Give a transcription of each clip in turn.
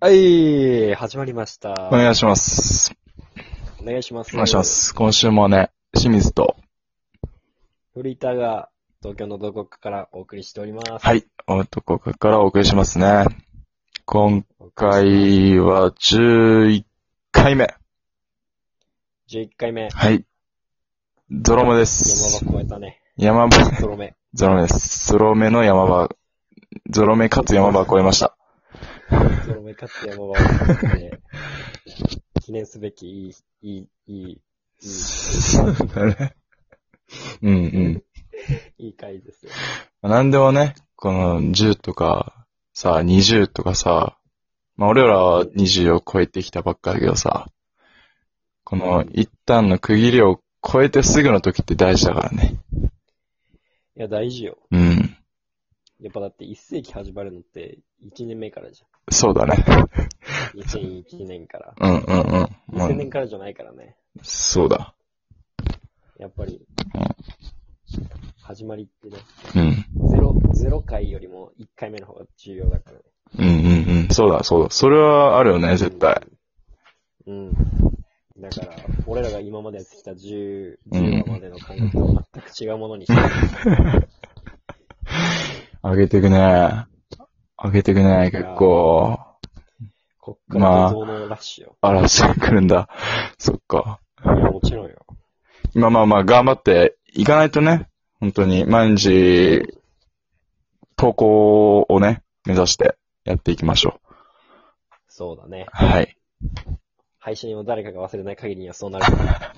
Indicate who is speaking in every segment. Speaker 1: はい、始まりました。
Speaker 2: お願いします。
Speaker 1: お願いします。
Speaker 2: お願いしま。す。今週もね、清水と、
Speaker 1: フリーターが東京のどこかからお送りしております。
Speaker 2: はい、男からお送りしますね。今
Speaker 1: 今
Speaker 2: 回は11回目。
Speaker 1: 11回目。
Speaker 2: はい。ゾロ目で
Speaker 1: 山
Speaker 2: す。
Speaker 1: 場越えたね。
Speaker 2: 山場、
Speaker 1: ゾロ目。
Speaker 2: ゾロ目です。ゾロ目の山場、ゾロ目かつ山場を超えました。
Speaker 1: ゾロ目かつ山場を越えて、記念すべきいい、いい、いい、
Speaker 2: そうだね。 うんうん。
Speaker 1: いい回ですよ。
Speaker 2: なんでもね、この10とか、さ、20とかさ、まあ俺らは20を超えてきたばっかだけどさ、この一旦の区切りを超えてすぐの時って大事だからね。
Speaker 1: いや、大事よ。
Speaker 2: うん。
Speaker 1: やっぱだって1世紀始まるのって1年目からじ
Speaker 2: そうだね。
Speaker 1: ゃん。2001年から。
Speaker 2: うんうんうん。まあ
Speaker 1: 2000年からじゃないからね。
Speaker 2: そうだ。
Speaker 1: やっぱり、始まりってね、
Speaker 2: うん。
Speaker 1: ゼロ、ゼロ回よりも1回目の方が重要だからね。
Speaker 2: うんうんうん。そうだそうだ。それはあるよね、絶対。
Speaker 1: うん。だから、俺らが今までやってきた10、10話までの感覚と全く違うものにして、
Speaker 2: 上げてくね。上げてくね、結構。
Speaker 1: こっから怒涛のラッシュ よ。
Speaker 2: 嵐が来るんだ。そっか。
Speaker 1: いや、もちろんよ。
Speaker 2: まあまあまあ、頑張っていかないとね、本当に、毎日、投稿をね、目指してやっていきましょう。
Speaker 1: そうだね。
Speaker 2: はい。
Speaker 1: 配信を誰かが忘れない限りにはそうなるから。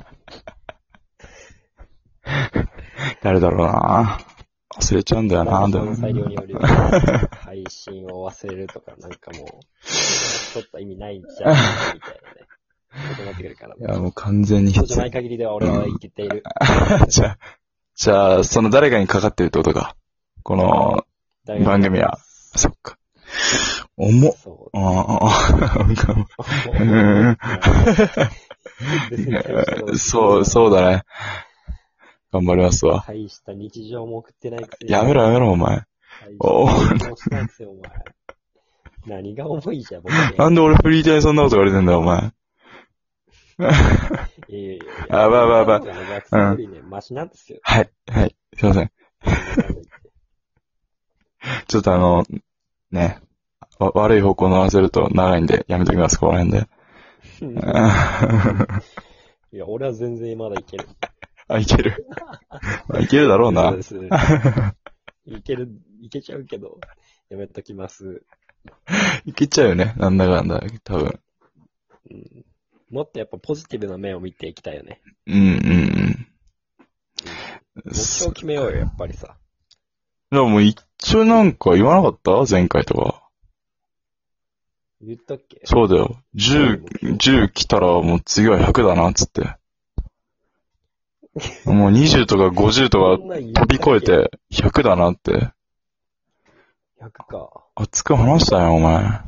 Speaker 2: 誰だろうな忘れちゃうんだよな
Speaker 1: なん
Speaker 2: で
Speaker 1: かそ
Speaker 2: も
Speaker 1: の裁量に よる。配信を忘れるとか、なんかもう、ちょっと意味ないんじゃないかみたいなね。ことになってくるから
Speaker 2: い
Speaker 1: ね。
Speaker 2: や、もう完全に
Speaker 1: そうじ
Speaker 2: 必
Speaker 1: ゃな
Speaker 2: 要
Speaker 1: い。限りでは俺は生きてい る。
Speaker 2: じゃあ、じゃあ、その誰かにかかってるってことか。この、
Speaker 1: 大学
Speaker 2: 番組はそっか。 重っ。
Speaker 1: そ
Speaker 2: ああ、
Speaker 1: う。
Speaker 2: うん
Speaker 1: 別に大したこと
Speaker 2: そう、そうだね。頑張りますわ。
Speaker 1: 大した日常も送ってないくせに。
Speaker 2: やめろやめろ、お前。
Speaker 1: お前。何が重いじゃん、僕ね。
Speaker 2: なんで俺フリーターにそんなこと言われてんだよ、お前。
Speaker 1: いやいやいや
Speaker 2: あばばば
Speaker 1: 僕の学生よりね、マシなんですよ。
Speaker 2: はい、はい、すいません。 ちょっとあの、ね、わ悪い方向を乗らせると長いんで、やめときます、この辺で。 あ、
Speaker 1: いや、俺は全然まだいける。
Speaker 2: いける。まあいけるだろうな
Speaker 1: そう。です。 いける、いけちゃうけど、やめときます。
Speaker 2: いけちゃうよね、なんだかんだ、多分。
Speaker 1: うんもっとやっぱポジティブな面を見ていきたいよね。
Speaker 2: うん、うん、うん。
Speaker 1: 目標決めようよ、やっぱりさ。
Speaker 2: でももう一応なんか言わなかった前回とか。
Speaker 1: 言ったっけ
Speaker 2: そうだよ。10、10来たらもう次は100だな、つって。もう20とか50とか
Speaker 1: そんなん言った
Speaker 2: 飛
Speaker 1: っ
Speaker 2: び
Speaker 1: け
Speaker 2: 越え。て100だなって。
Speaker 1: 100か。
Speaker 2: 熱く話したよ、お前。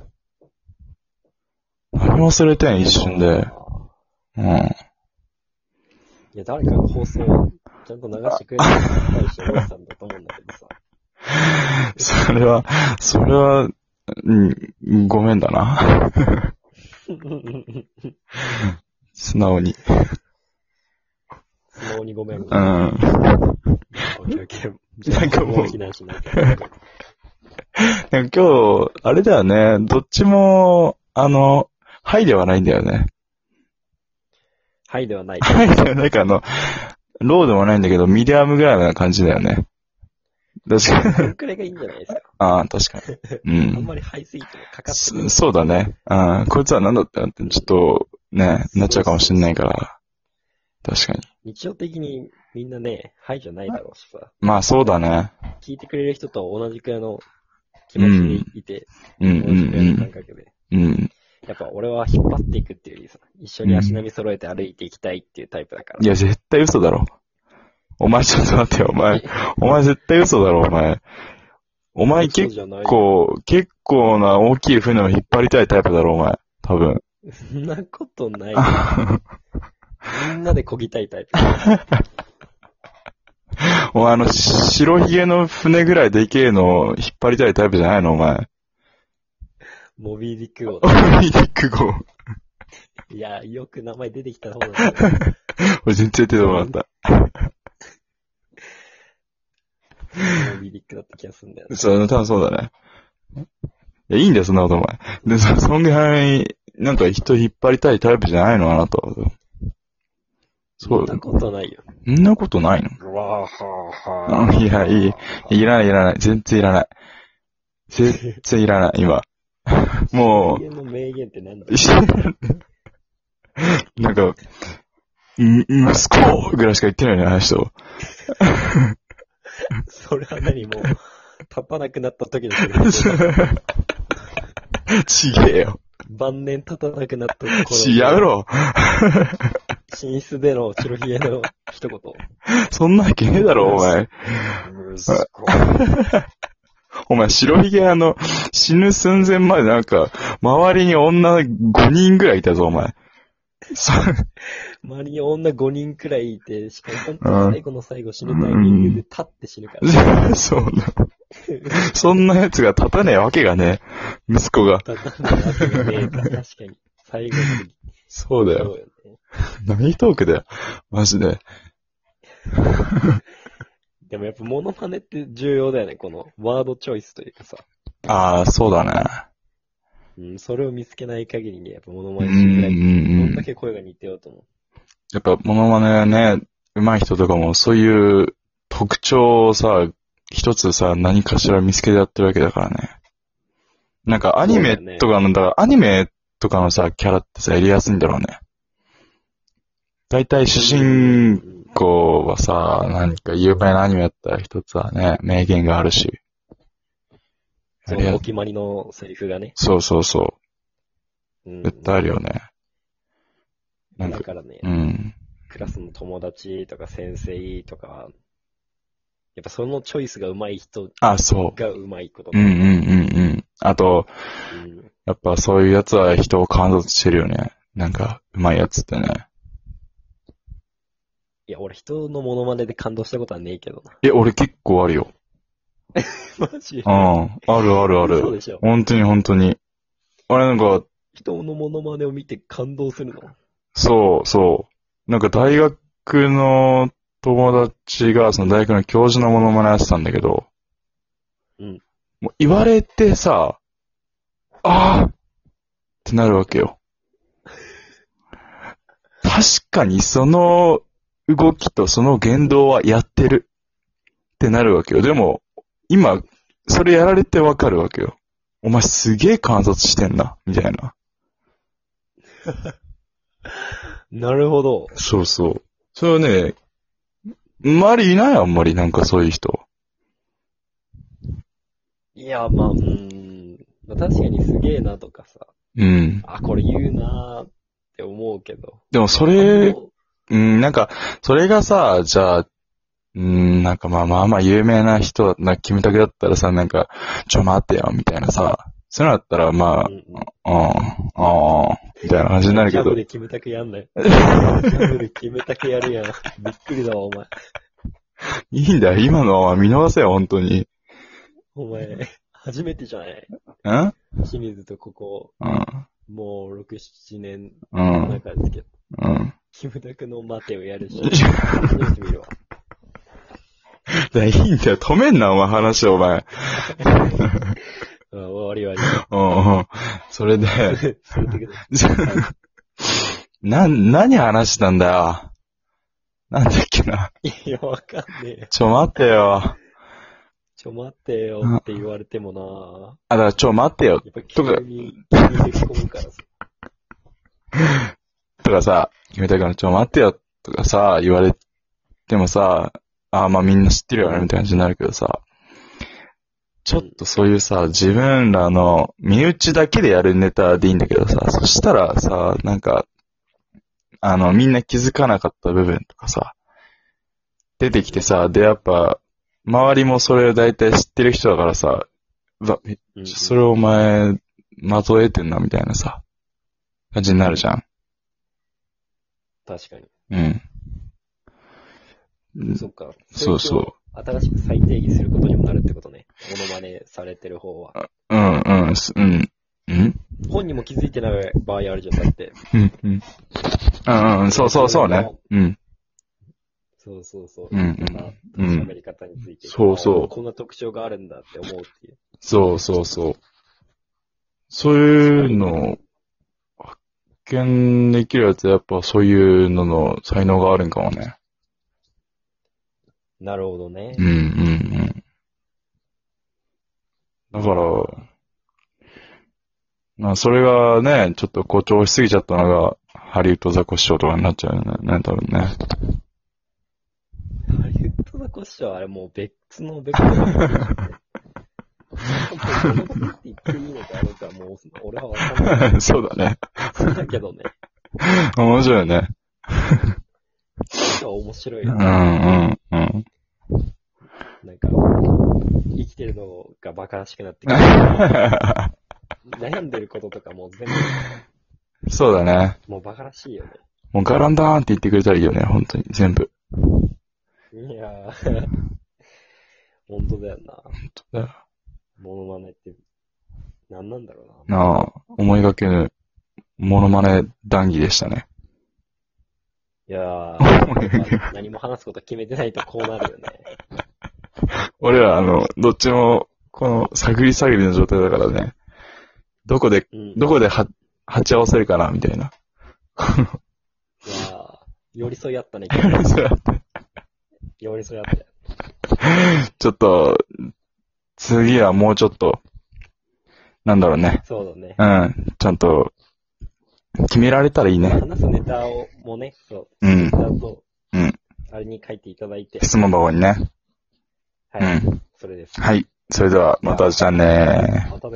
Speaker 2: 何忘れてん、一瞬で。うん。
Speaker 1: いや、誰かが放送をちゃんと流してくれたら、大して思ってたんだと思うんだけどさ。
Speaker 2: それは、それは、うん、ごめんだな。素直に。
Speaker 1: 素直にごめん。うん。オッ
Speaker 2: うん。
Speaker 1: ケーオッケー。じゃあ
Speaker 2: なんかもう
Speaker 1: もう避難しないから。
Speaker 2: 今日、あれだよね。どっちも、あの、はいではないんだよね。
Speaker 1: はいではない。
Speaker 2: はいではないか、あの、ローでもないんだけど、ミディアムぐらいな感じだよね。確 かに。
Speaker 1: それくらいがいいんじゃないですか。
Speaker 2: ああ、確かに。う
Speaker 1: あん
Speaker 2: ん。
Speaker 1: まりハイすぎてもかかって
Speaker 2: そそうだね。うん。こいつは何だったのって、ちょっと、ね、なっちゃうかもしんないから。確かに。
Speaker 1: 日常的にみんなね、はいじゃないだろうしさ。
Speaker 2: まあ、そうだね。
Speaker 1: 聞いてくれる人と同じくらいの気持ちでいて、
Speaker 2: うん
Speaker 1: 同じくらいの感覚で。
Speaker 2: うんうん。うん。
Speaker 1: やっぱ俺は引っ張っていくっていうよりさ、一緒に足並み揃えて歩いていきたいっていうタイプだから。
Speaker 2: いや、絶対嘘だろ。お前ちょっと待ってよ、お 前。お前絶対嘘だろ、お前。お前結
Speaker 1: 結
Speaker 2: 構、結構な大きい船を引っ張りたいタイプだろ、お前。多分。
Speaker 1: そんなことないよ。 みんなでこぎたいタイプ。
Speaker 2: お前あの、 白ひげの船ぐらいでけえのを引っ張りたいタイプじゃないの、お前。
Speaker 1: モビーディック号
Speaker 2: オ。リンピック号。
Speaker 1: いや、よく名前出てきた方なんだけど
Speaker 2: 俺全然出てこなかった。
Speaker 1: モビーディックだった気がするんだよね。
Speaker 2: そう、多分そうだね。いや、いいんだよ、そんなことお前。で、そ、そんぐらい、なんか人引っ張りたいタイプじゃないのあなたは。そ
Speaker 1: そん
Speaker 2: う、
Speaker 1: なことないよ。
Speaker 2: そんなことないの
Speaker 1: わーはー
Speaker 2: あいやいいいらない、いらない。全然いらない。全然いらない、 今。も
Speaker 1: 人間の名言ってなんだ
Speaker 2: う、一緒になんか、ん息子ぐらいしか言ってないね、あの人。
Speaker 1: それは何もう、立たなくなった時のセリフ
Speaker 2: ちげえよ。
Speaker 1: 晩年立たなくなった 頃
Speaker 2: ち、やめろ。
Speaker 1: 寝室での白ひげの一 言。
Speaker 2: そんなわけねえだろ、お前。
Speaker 1: 息子。
Speaker 2: お前、白ひげあの、死ぬ寸前までなんか、周りに女5人ぐらいいたぞ、お前。そ
Speaker 1: 周りに女5人くらいいて、しかも本当に最後の最後死ぬタイミングで立って死ぬから。
Speaker 2: そうな。そんな奴が立たねえわけがねえ。息子が。
Speaker 1: 立たないわけが ねえから確かに。最後に。
Speaker 2: そうだ
Speaker 1: そう
Speaker 2: よ。
Speaker 1: よね。
Speaker 2: 何トークだよ。マジで。
Speaker 1: でもやっぱモノマネって重要だよね。このワードチョイスというかさ。
Speaker 2: ああ、そうだね。
Speaker 1: うん、それを見つけない限りにやっぱモノマ
Speaker 2: うん
Speaker 1: ネ
Speaker 2: う
Speaker 1: しづらい。ど
Speaker 2: んうんん
Speaker 1: だ。け声が似てようと思う。
Speaker 2: やっぱ、モノマネね、上手い人とかも、そういう特徴をさ、一つさ、何かしら見つけてやってるわけだからね。なんか、アニメとかの、だから、アニメとかのさ、キャラってさ、やりやすいんだろうね。大体、主人
Speaker 1: うん
Speaker 2: 公はさ、何か有名なアニメだったら一つはね、名言があるし。
Speaker 1: そ
Speaker 2: やりや
Speaker 1: のお決まりのセリフがね。
Speaker 2: そうそうそ
Speaker 1: うん
Speaker 2: う。絶対あるよね。なん
Speaker 1: だ
Speaker 2: か、
Speaker 1: からね、
Speaker 2: うん。
Speaker 1: クラスの友達とか先生とか、やっぱそのチョイスが上手い人
Speaker 2: あ、そ
Speaker 1: が上手いこと
Speaker 2: う。う。んうんうんうん。あと、
Speaker 1: うん
Speaker 2: やっぱそういうやつは人を観察してるよね。なんか、うまいやつってね。
Speaker 1: いや、俺人のモノマネで感動したことはねえけどな。
Speaker 2: え、俺結構あるよ。
Speaker 1: マジ
Speaker 2: うん。あるあるあ
Speaker 1: そう
Speaker 2: る。
Speaker 1: でしょ。
Speaker 2: 本当に本当に。あれなんか、
Speaker 1: 人のモノマネを見て感動するの。
Speaker 2: そうそう。なんか大学の友達が、その大学の教授のものまねやってたんだけど、
Speaker 1: うん。
Speaker 2: もう言われてさ、ああってなるわけよ。確かにその動きとその言動はやってるってなるわけよ。でも、今、それやられてわかるわけよ。お前すげえ観察してんな、みたいな。
Speaker 1: なるほど。
Speaker 2: そうそう。それはね、周りいないあんまりなんかそういう人。
Speaker 1: いや、まあ、うーん。まあ、確かにすげえなとかさ、
Speaker 2: うん。
Speaker 1: あ、これ言うなーって思うけど。
Speaker 2: でもそれ、
Speaker 1: 感動
Speaker 2: うん、なんか、それがさ、じゃあ、うん、なんかまあまあまあ有名な人、な、キムタクだったらさ、なんか、ちょ待ってよ、みたいなさ、そういうのだったらま
Speaker 1: うんうん
Speaker 2: あ、うん、ああ、みたいな感じになる
Speaker 1: ジ
Speaker 2: け
Speaker 1: ャブ
Speaker 2: ど、
Speaker 1: でキムタクやん なよ。ジャブでキムタクやるやん。びっくりだわ、お前。
Speaker 2: いいんだよ、今のは見逃せよ、本当に。
Speaker 1: お前、初めてじゃない
Speaker 2: んうん、
Speaker 1: 清水とここ、もう6、7年
Speaker 2: う
Speaker 1: の
Speaker 2: ん、
Speaker 1: 中ですけど、
Speaker 2: うん。
Speaker 1: キムタクの待てをやる し、初めて見るわ。
Speaker 2: だいいんだよ、止めんな、お前話、お前。
Speaker 1: うん、終わり終
Speaker 2: うん、うん。それで、
Speaker 1: わり。それだけで
Speaker 2: な、何話したんだよ。なんだっけな。
Speaker 1: いや、わかんねえよ。
Speaker 2: ちょ待ってよ。
Speaker 1: ちょ、待ってよって言われてもな
Speaker 2: あ、だからちょ待ってよ。
Speaker 1: やっぱ急に、急に咳込むから さ。
Speaker 2: とかさ、決めたからちょ待ってよ。とかさ、言われてもさ、あ、まあみんな知ってるよね、みたいな感じになるけどさ。ちょっとそういうさ、自分らの身内だけでやるネタでいいんだけどさ、そしたらさ、なんか、あの、みんな気づかなかった部分とかさ、出てきてさ、で、やっぱ、周りもそれを大体知ってる人だからさ、うわ、め
Speaker 1: うん、
Speaker 2: それをお前、まとえてんな、みたいなさ、感じになるじゃん。
Speaker 1: 確かに。
Speaker 2: うん。うん
Speaker 1: そっか。
Speaker 2: そうそう。
Speaker 1: う。新しく再定義することにもなるってことね。モノマネされてる方は。
Speaker 2: うん、うん、すうん。うん
Speaker 1: 本人も気づいてない場合あるじゃん、だって。
Speaker 2: うん、うん。うん、うん、そうそうそうね。うん。
Speaker 1: そうそうそう。
Speaker 2: うんうん
Speaker 1: とか
Speaker 2: うん
Speaker 1: 喋り方について。
Speaker 2: そうそう
Speaker 1: あこんな特徴があるんだって思うっていう。
Speaker 2: そうそうそう。そういうのを発見できるやつはやっぱそういうのの才能があるんかもね。
Speaker 1: なるほどね
Speaker 2: う。ん、うん、うん。だ から、まあそれがね、ちょっと誇張しすぎちゃったのが、ハリウッドザコシショウとかになっちゃうよね、多 分ね。
Speaker 1: ハリウッドザコシショウはあれもう別の別の。もうこのことって言っていいのかどうかもう俺はわかんない。
Speaker 2: そうだね。
Speaker 1: だけどね。
Speaker 2: 面白いよね。
Speaker 1: 面白い
Speaker 2: うん、
Speaker 1: よ
Speaker 2: う
Speaker 1: ね。
Speaker 2: ん、うん。
Speaker 1: なんか、生きてるのが馬鹿らしくなってくる。悩んでることとかも全部、
Speaker 2: そうだね。
Speaker 1: もう馬鹿らしいよね。
Speaker 2: もうガランダーンって言ってくれたらいいよね、本当に。全部。
Speaker 1: いやー、本当だよな。
Speaker 2: だよ
Speaker 1: モノマネって、何なんだろうな。
Speaker 2: なあ、思いがけぬ、モノマネ談義でしたね。
Speaker 1: いや ー、何も話すこと決めてないとこうなるよね。
Speaker 2: 俺ら、あの、どっちも、この、探り探りの状態だからね。どこで、
Speaker 1: うん。
Speaker 2: どこでは、鉢合わせるかな、みたいな。
Speaker 1: いやー、寄り添いあったね。寄り添いあったよ。
Speaker 2: ちょっと、次はもうちょっと、なんだろうね。
Speaker 1: そうだね。
Speaker 2: うん、ちゃんと、決められたらいい ね。
Speaker 1: 話すネタをもね、そうう、ネ
Speaker 2: ん、
Speaker 1: タと、
Speaker 2: うん
Speaker 1: あれに書いていただいて、
Speaker 2: 質問箱にね。
Speaker 1: はい、
Speaker 2: う
Speaker 1: それです。
Speaker 2: はい。それでは、またじゃあね
Speaker 1: またね